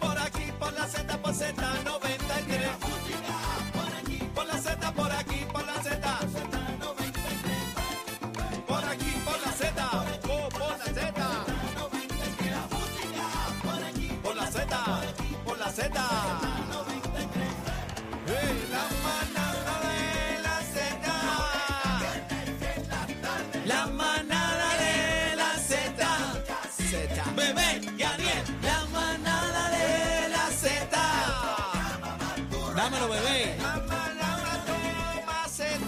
por aquí, por la Z, por Z, 93. Por la Z, por aquí, por la Z, 93. Por aquí, por la Z, oh, por la Z. Por la Z, por la Z. Hey, la manada de la Z. La manada de la Z. Z. Bebé y Ariel, la manada de la Z. Dámelo, bebé. La palabra toma Z.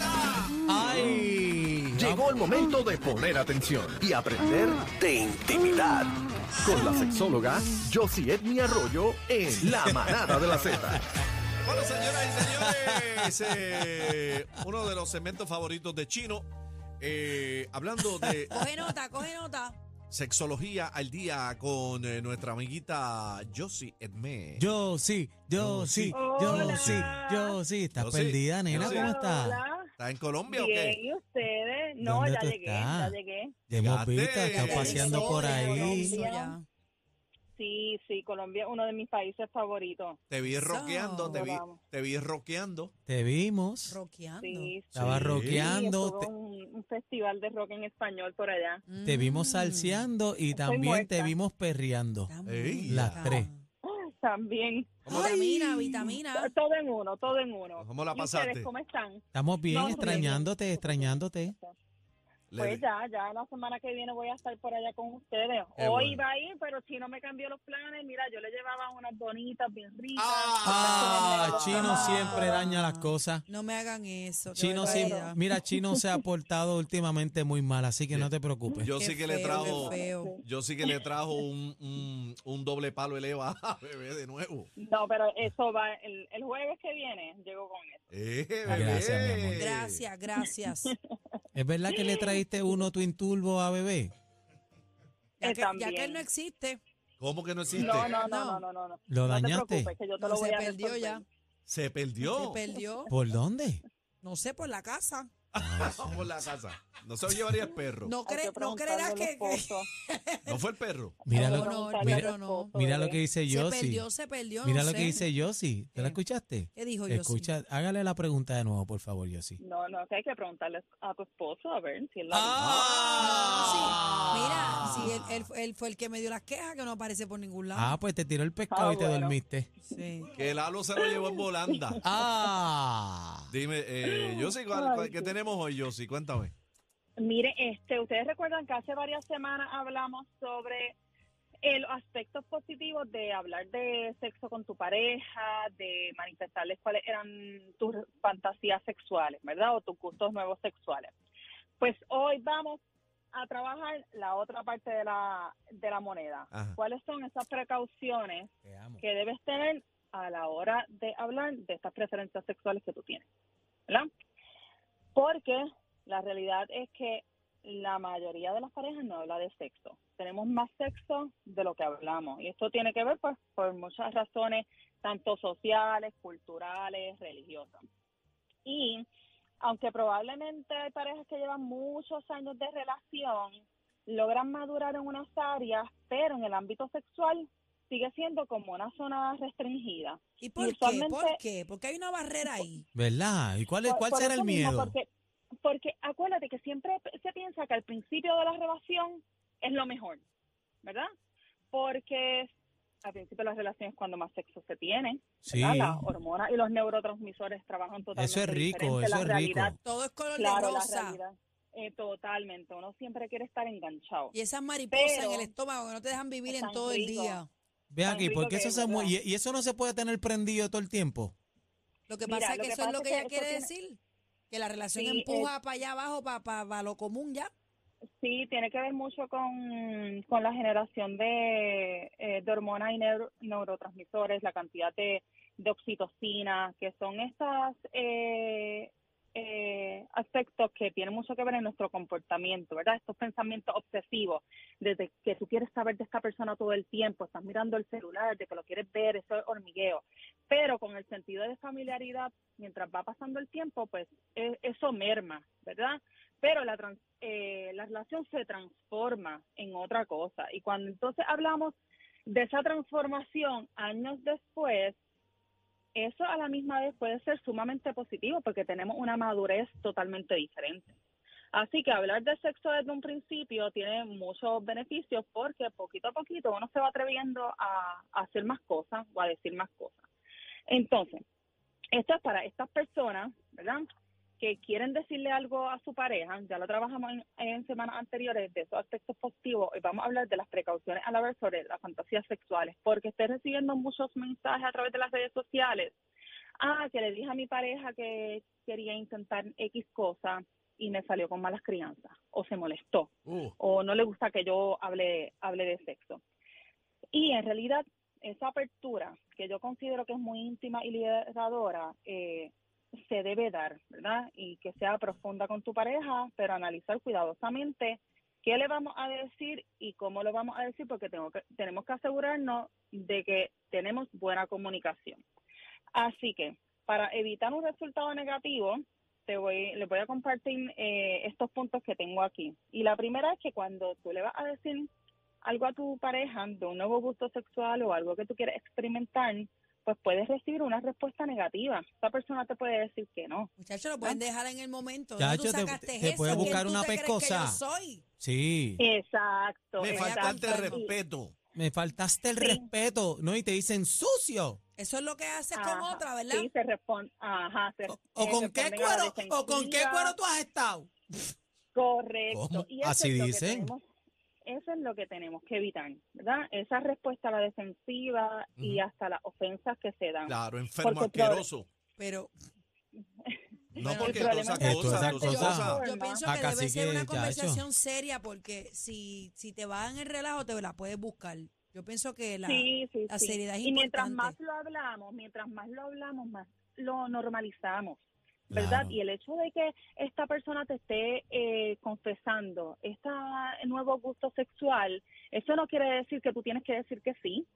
Ay. Llegó el momento de poner atención y aprender de intimidad. Con la sexóloga Josie Edmi Arroyo en La Manada de la Z. Bueno, señoras y señores, eh, uno de los segmentos favoritos de Chino. eh, hablando de Coge nota, coge nota. sexología al día con eh, nuestra amiguita Josie Edme. Yo sí, yo sí, yo Hola. sí, yo sí. Estás Yo sí, perdida, nena, yo sí. ¿cómo estás? Hola, ¿Está en Colombia o bien, qué? ¿y ustedes? No, ¿Dónde ya tú llegué, ya estás? llegué. Ya hemos Fíjate. visto, estás Ya paseando llegué. por ahí. Colombia. Ya. Sí, sí, Colombia es uno de mis países favoritos. Te vi roqueando, te vi, Vamos. te vi roqueando. Te vimos, Roqueando. Sí, estaba Sí. sí, roqueando, estuvo te, un, un festival de rock en español por allá. Mm, te vimos salseando y también te muerta. vimos perreando. Ey, las tres. También, Vitamina, vitamina. todo en uno, todo en uno. ¿Cómo la ¿Y ustedes pasaste? cómo están? Estamos bien, No, extrañándote, bien. extrañándote. Le- Pues ya, ya la semana que viene voy a estar por allá con ustedes. Qué Hoy bueno. iba a ir, pero si no me cambió los planes, mira, yo le llevaba unas bonitas bien ricas. Ah, Ah, Chino Ah. siempre daña las cosas. No me hagan eso. qué Chino sí, barbaridad. mira, Chino se ha portado últimamente muy mal, así que no te preocupes. Yo Qué sí que le feo, trajo, qué feo. yo sí que le trajo un, un, un doble palo eleva a bebé de nuevo. No, pero eso va, el, el jueves que viene llego con eso. Eh, Ah, bebé. gracias, mi amor. Gracias, gracias. ¿Es verdad que le trajiste uno Twin Turbo a bebé? Ya Eh, que, ya también. que él no existe. ¿Cómo que no existe? No, no, no, no, no, no. no. ¿Lo No te dañaste? preocupes, que yo te No, lo se voy a perdió resolver. ya. Se Se perdió. perdió. ¿Por dónde? No sé, por la casa. por la casa. No se lo llevaría el perro. No, No, Hay cre- que no preguntarle creerás al que, que- esposo. fue el perro. Mira No, lo, no, Preguntarle mira- al no. esposo, ¿eh? mira lo bebé. que dice se Yossi. perdió, se perdió. Mira no lo sé. que dice Yossi. ¿Te la Eh, escuchaste? ¿Qué dijo Yossi? Escucha, hágale la pregunta de nuevo, por favor, Yossi. No, no, que hay que preguntarle a tu esposo a ver si él la Ah. Ah, sí. Mira, sí, él, él- él fue el que me dio las quejas que no aparece por ningún lado. Ah, pues te tiró el pescado Ah, y te bueno. dormiste. Sí. Que Lalo se lo llevó en volanda. Ah, Dime, eh, Yossi, ¿cuál- cuál- ¿qué tenemos hoy, Yossi? Cuéntame. Mire, este, ustedes recuerdan que hace varias semanas hablamos sobre eh, los aspectos positivos de hablar de sexo con tu pareja, de manifestarles cuáles eran tus fantasías sexuales, ¿verdad? O tus gustos nuevos sexuales. Pues hoy vamos a trabajar la otra parte de la, de la moneda. Ajá. ¿Cuáles son esas precauciones te amo. que debes tener a la hora de hablar de estas preferencias sexuales que tú tienes, ¿verdad? Porque la realidad es que la mayoría de las parejas no habla de sexo. Tenemos más sexo de lo que hablamos. Y esto tiene que ver pues, por muchas razones, tanto sociales, culturales, religiosas. Y aunque probablemente hay parejas que llevan muchos años de relación, logran madurar en unas áreas, pero en el ámbito sexual sigue siendo como una zona restringida. ¿Y por qué? usualmente- ¿Por qué? Porque hay una barrera ahí. ¿Verdad? ¿Y cuál, es- Por- cuál por será eso el mismo, miedo? porque, porque acuérdate que siempre p- se piensa que al principio de la relación es lo mejor, ¿verdad? Porque al principio de la relación es cuando más sexo se tiene, Sí, ¿verdad? las hormonas y los neurotransmisores trabajan totalmente eso es rico, diferente, eso la es rico. realidad- Todo es color Claro, de la rosa. realidad. Eh, totalmente, uno siempre quiere estar enganchado. Y esas mariposas Pero- en el estómago que no te dejan vivir en Están todo el ricos. día. Ve Tan aquí, ¿por qué rico que eso es, se mu- ¿verdad? y, y eso no se puede tener prendido todo el tiempo. Lo que Mira, pasa es lo que que eso es pasa es lo que que ella eso quiere tiene- decir. Que la relación Sí, empuja para allá abajo, para, lo común ya. Sí, tiene que ver mucho con, con la generación de, eh, de hormonas y neuro- neurotransmisores, la cantidad de, de oxitocina, que son estos eh, eh, aspectos que tienen mucho que ver en nuestro comportamiento, ¿verdad? Estos pensamientos obsesivos, desde que tú quieres saber de esta persona todo el tiempo, estás mirando el celular, de que lo quieres ver, eso es hormigueo. Pero con el sentido de familiaridad, mientras va pasando el tiempo, pues e- eso merma, ¿verdad? pero la, trans- eh, la relación se transforma en otra cosa. Y cuando entonces hablamos de esa transformación años después, eso a la misma vez puede ser sumamente positivo porque tenemos una madurez totalmente diferente. Así que hablar de sexo desde un principio tiene muchos beneficios porque poquito a poquito uno se va atreviendo a, a hacer más cosas o a decir más cosas. Entonces, esto es para estas personas, ¿verdad? que quieren decirle algo a su pareja, ya lo trabajamos en, en semanas anteriores de esos aspectos positivos, y vamos a hablar de las precauciones al hablar sobre las fantasías sexuales, porque estoy recibiendo muchos mensajes a través de las redes sociales. Ah, que le dije a mi pareja que quería intentar X cosa y me salió con malas crianzas, o se molestó, Uh, o no le gusta que yo hable, hable de sexo. Y en realidad, esa apertura, que yo considero que es muy íntima y liberadora, eh, se debe dar, ¿verdad? Y que sea profunda con tu pareja, pero analizar cuidadosamente qué le vamos a decir y cómo lo vamos a decir, porque tengo que- tenemos que asegurarnos de que tenemos buena comunicación. Así que, para evitar un resultado negativo, te voy, les voy a compartir eh, estos puntos que tengo aquí. Y la primera es que cuando tú le vas a decir algo a tu pareja de un nuevo gusto sexual o algo que tú quieres experimentar, pues puedes recibir una respuesta negativa. Esta persona te puede decir que no. Muchachos, lo pueden dejar en el momento. Chacho, te- ¿no? Tú sacaste te- te eso, puede ¿quién buscar tú una te crees que pescosa. yo soy? Sí. Exacto. Me Me exacto. faltaste faltaste el el respeto. Me faltaste el Sí. respeto, ¿no? Y te dicen sucio. Eso es lo que haces con Ajá, otra, ¿verdad? Sí, se responde. Ajá. se- O, o eh, con qué responden a la cuero, o con qué defensiva. cuero tú has estado. Correcto. ¿Cómo? Y eso Así es lo que dicen. tenemos- Eso es lo que tenemos que evitar, ¿verdad? Esa respuesta a la defensiva y hasta las ofensas que se dan. Claro, enfermo Porque prob- asqueroso. Pero No, El porque todas problema esas es que cosas, esas todas cosas- esas cosas. Yo- yo Norma. pienso que Ah, debe casi ser que, una chacho. conversación seria porque si, si te vas en el relajo te la puedes buscar. Yo pienso que la... sí, sí, la sí. seriedad es y mientras más importante. lo hablamos, mientras más lo hablamos, más lo normalizamos. ¿Verdad? Claro. Y el hecho de que esta persona te esté eh, confesando este nuevo gusto sexual, eso no quiere decir que tú tienes que decir que sí.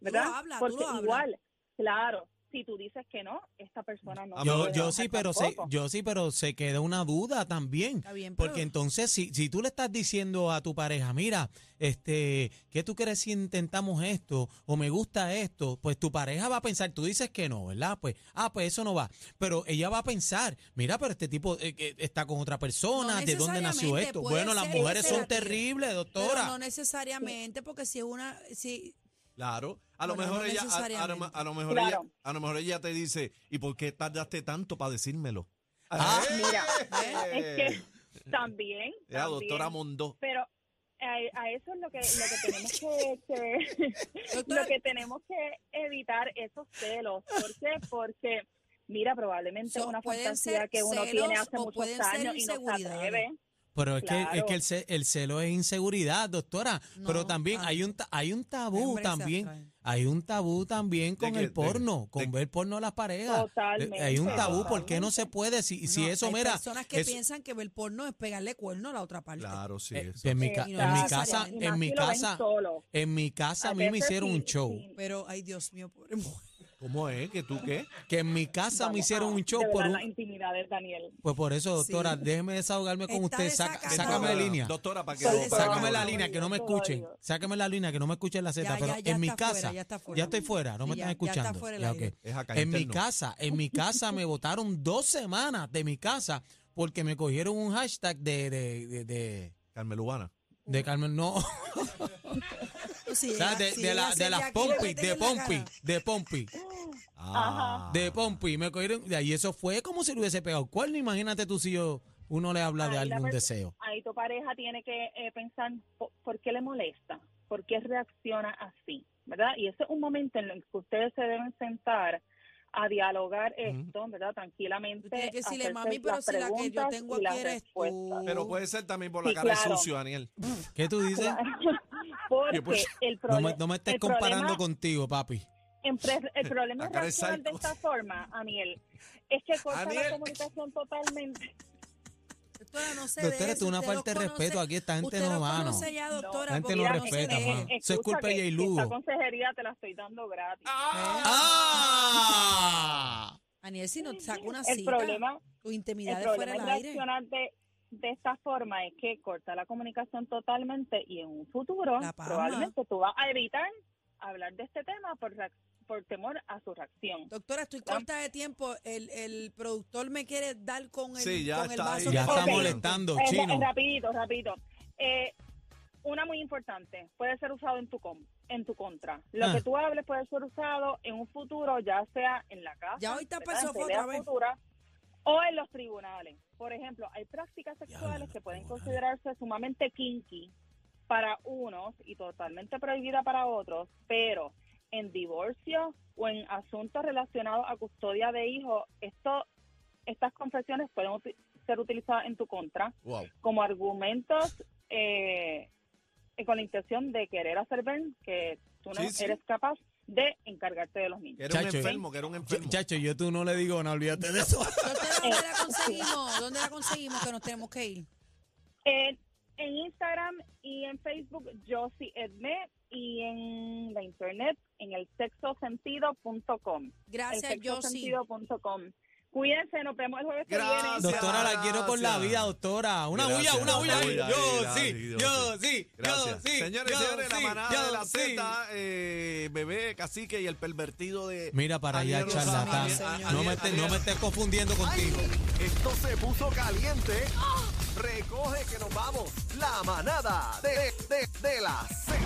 lo ¿Verdad? hablas, tú Porque lo hablas. igual, claro, si tú dices que no, esta persona no. Ah, te Yo, puede yo bajar sí, pero se, tampoco. yo sí, pero se queda una duda también. Está bien, pero- Porque entonces, si, si tú le estás diciendo a tu pareja, mira, este, ¿qué tú crees si intentamos esto? O me gusta esto, pues tu pareja va a pensar, tú dices que no, ¿verdad? Pues, ah, pues eso no va. Pero ella va a pensar, mira, pero este tipo eh, eh, está con otra persona, No ¿de dónde nació necesariamente, esto? puede Bueno, las ser que mujeres se la son tire. terribles, Pero doctora. no necesariamente, porque si es una... Si, Claro, a lo Bueno, mejor no ella, a- a, lo- necesariamente. a lo mejor Claro. ella, a lo mejor ella te dice, ¿y por qué tardaste tanto para decírmelo? Ah, Mira, Eh, es que también. ya, también, doctora Mondó. Pero eh, a, a eso es lo que, lo que tenemos que, que- Doctora. lo que tenemos que evitar esos celos. ¿Por qué? Porque mira, probablemente So, una pueden fantasía ser que uno tiene celos hace o muchos pueden ser años y no se inseguridades. atreve. Pero es que, es Claro. que el, ce- el celo es inseguridad, doctora. No, Pero también tanto. hay un ta- hay un tabú Hombre, se también. atraen. Hay un tabú también con que- el de- porno, con de- ver porno a las parejas. Totalmente, Eh, Hay un tabú, ¿por qué no totalmente. se puede? Si, si no, eso, hay mira. personas que eso- piensan que ver porno es pegarle cuerno a la otra parte. Claro, sí. eh, eso. en mi, ca- Y no en mi casa, necesariamente. en Y mi más si lo casa, ven solo. en mi casa a mí me veces hicieron sí, un show. sí. Pero, ay, Dios mío, pobre mujer. ¿Cómo es? ¿Que tú qué? Que en mi casa Vamos me hicieron a un show revelar por las un. intimidades, Daniel. Pues por eso, doctora, Sí. déjeme desahogarme con Está usted. Saca- desacatado. sácame de Doctora, línea. Doctora, para que Sácame doctora- Sácame la Todavía, línea, que no me todavía. escuchen. Sácame la línea, que no me escuchen la Z. Ya, pero ya, ya en mi está casa, fuera, ya está fuera. estoy fuera, no me están Sí, ya- ya está escuchando. fuera el Ya, aire. ok. Es acá, en mi interno. casa, en mi casa me votaron dos semanas de mi casa porque me cogieron un hashtag de, de, de, de, Carmel Urbana. de Carmen, no, Si o sea, ella- de, si de, ella la, hace de las ya aquí, le Pompi, meten de en la Pompi, cara. de Pompi, Ah. de Pompi. Me cogieron, y eso fue como si le hubiese pegado el cuerno, imagínate tú si yo uno le habla de Ahí la algún per- deseo. ahí tu pareja tiene que eh, pensar po- por qué le molesta, por qué reacciona así, ¿verdad? Y ese es un momento en el que ustedes se deben sentar a dialogar esto, ¿verdad? Tranquilamente. Tú tienes que decirle, hacerse mami, pero las si la que yo preguntas tengo y las aquí eres tú. respuestas. Pero puede ser también por la Sí, cara de claro. sucio, Daniel. ¿Qué tú dices? Porque Yo, pues, el No me, proble- no me estés el comparando problema- contigo, papi. en pre- el problema La es cara es reaccionar de psycho. esta forma, Aniel. Es que corta la eh, Aniel. comunicación totalmente. Doctora, no se Doctora, deje, esto es una usted los falta de conoce- respeto. Aquí esta gente usted no los va, ¿no? conoce ya, doctora, La gente porque no ya Mira, respeta, se deje. mano. escucha Eso es culpa de que- Jay que Lugo. Esta consejería te la estoy dando gratis. Ah, ¡Ah! Aniel, si no te saca una el cita, problema, tu el intimidad es problema fuera es del aire. reaccionar de, de esta forma, es que corta la comunicación totalmente y en un futuro La palma. probablemente tú vas a evitar hablar de este tema por, reac- por temor a su reacción. Doctora, estoy corta de tiempo. El, el productor me quiere dar con el, Sí, ya con el está vaso. ahí. Ya que está Ok. tengo. molestando, Eh, chino. eh, rapidito, rapidito. Eh, una muy importante, puede ser usado en tu com- en tu contra. Lo Ah. que tú hables puede ser usado en un futuro, ya sea en la casa, Ya hoy está ¿verdad? pasó en fue peleas otra vez. futuras, o en los tribunales. Por ejemplo, hay prácticas Diablo, sexuales los que pueden tribunales. considerarse sumamente kinky para unos y totalmente prohibida para otros, pero en divorcio o en asuntos relacionados a custodia de hijos, esto, estas confesiones pueden uti- ser utilizadas en tu contra Wow. como argumentos eh, eh, con la intención de querer hacer ver que tú no Sí, sí. eres capaz de encargarte de los Que niños. era un Chacho, enfermo, que era un Ch- enfermo. Chacho, yo tú no le digo, no olvídate de eso. Doctora, ¿dónde la conseguimos? ¿Dónde la conseguimos que nos tenemos que ir? Eh, en Instagram y en Facebook, Josie Edme, y en la internet, en el sexosentido.com. El Gracias, Josie. sexosentido.com. Cuídense, nos vemos el jueves que Gracias. viene. Doctora, la quiero con la gracias. vida, doctora. Una Gracias, bulla, una bulla. una bulla, Yo gracias, sí, Dios. yo sí, yo Gracias. sí. señores, yo señores, la sí, manada de yo la sí. Z, eh, bebé, cacique y el pervertido de. Mira para allá, Ariel Rosario. charlatán. Ariel, Ariel, No me, te- no Ariel. me estés confundiendo contigo. Esto se puso caliente. Recoge que nos vamos. La manada de, de, de la Z.